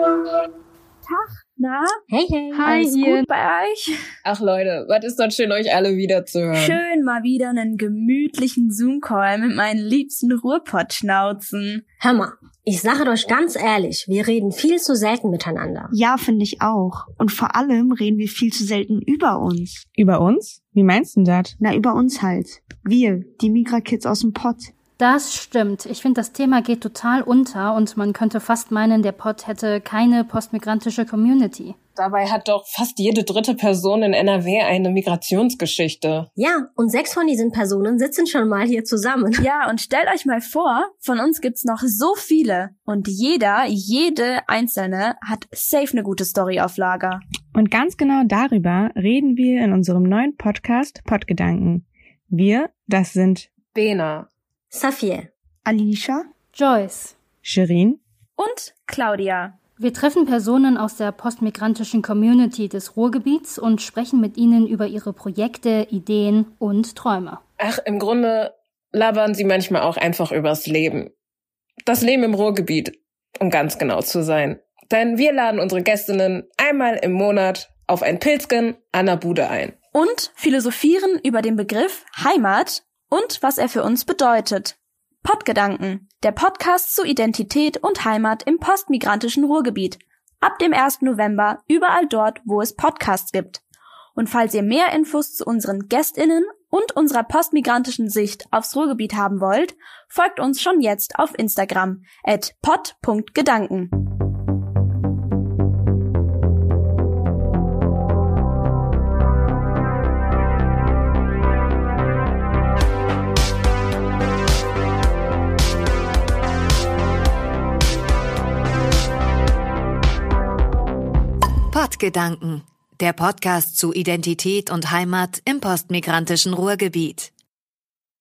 Tag, na? Hey, hey. Hi, Alles ihr. gut bei euch? Ach Leute, was ist das schön, euch alle wieder zu hören. Schön mal wieder einen gemütlichen Zoom-Call mit meinen liebsten Ruhrpottschnauzen. Hör mal, ich sage euch ganz ehrlich, wir reden viel zu selten miteinander. Ja, finde ich auch. Und vor allem reden wir viel zu selten über uns. Über uns? Wie meinst du das? Na, über uns halt. Wir, die Migra-Kids aus dem Pott. Das stimmt. Ich finde, das Thema geht total unter und man könnte fast meinen, der Pott hätte keine postmigrantische Community. Dabei hat doch fast jede dritte Person in NRW eine Migrationsgeschichte. Ja, und sechs von diesen Personen sitzen schon mal hier zusammen. Ja, und stellt euch mal vor, von uns gibt's noch so viele. Und jeder, jede Einzelne hat safe eine gute Story auf Lager. Und ganz genau darüber reden wir in unserem neuen Podcast Podgedanken. Wir, das sind Bena. Safir, Alicia? Joyce. Shirin, Und Claudia. Wir treffen Personen aus der postmigrantischen Community des Ruhrgebiets und sprechen mit ihnen über ihre Projekte, Ideen und Träume. Ach, im Grunde labern sie manchmal auch einfach übers Leben. Das Leben im Ruhrgebiet, um ganz genau zu sein. Denn wir laden unsere Gästinnen einmal im Monat auf ein Pilzgen an der Bude ein. Und philosophieren über den Begriff Heimat und was er für uns bedeutet. Pottgedanken. Der Podcast zu Identität und Heimat im postmigrantischen Ruhrgebiet. Ab dem 1. November überall dort, wo es Podcasts gibt. Und falls ihr mehr Infos zu unseren GästInnen und unserer postmigrantischen Sicht aufs Ruhrgebiet haben wollt, folgt uns schon jetzt auf Instagram at pod.gedanken. Podgedanken, der Podcast zu Identität und Heimat im postmigrantischen Ruhrgebiet.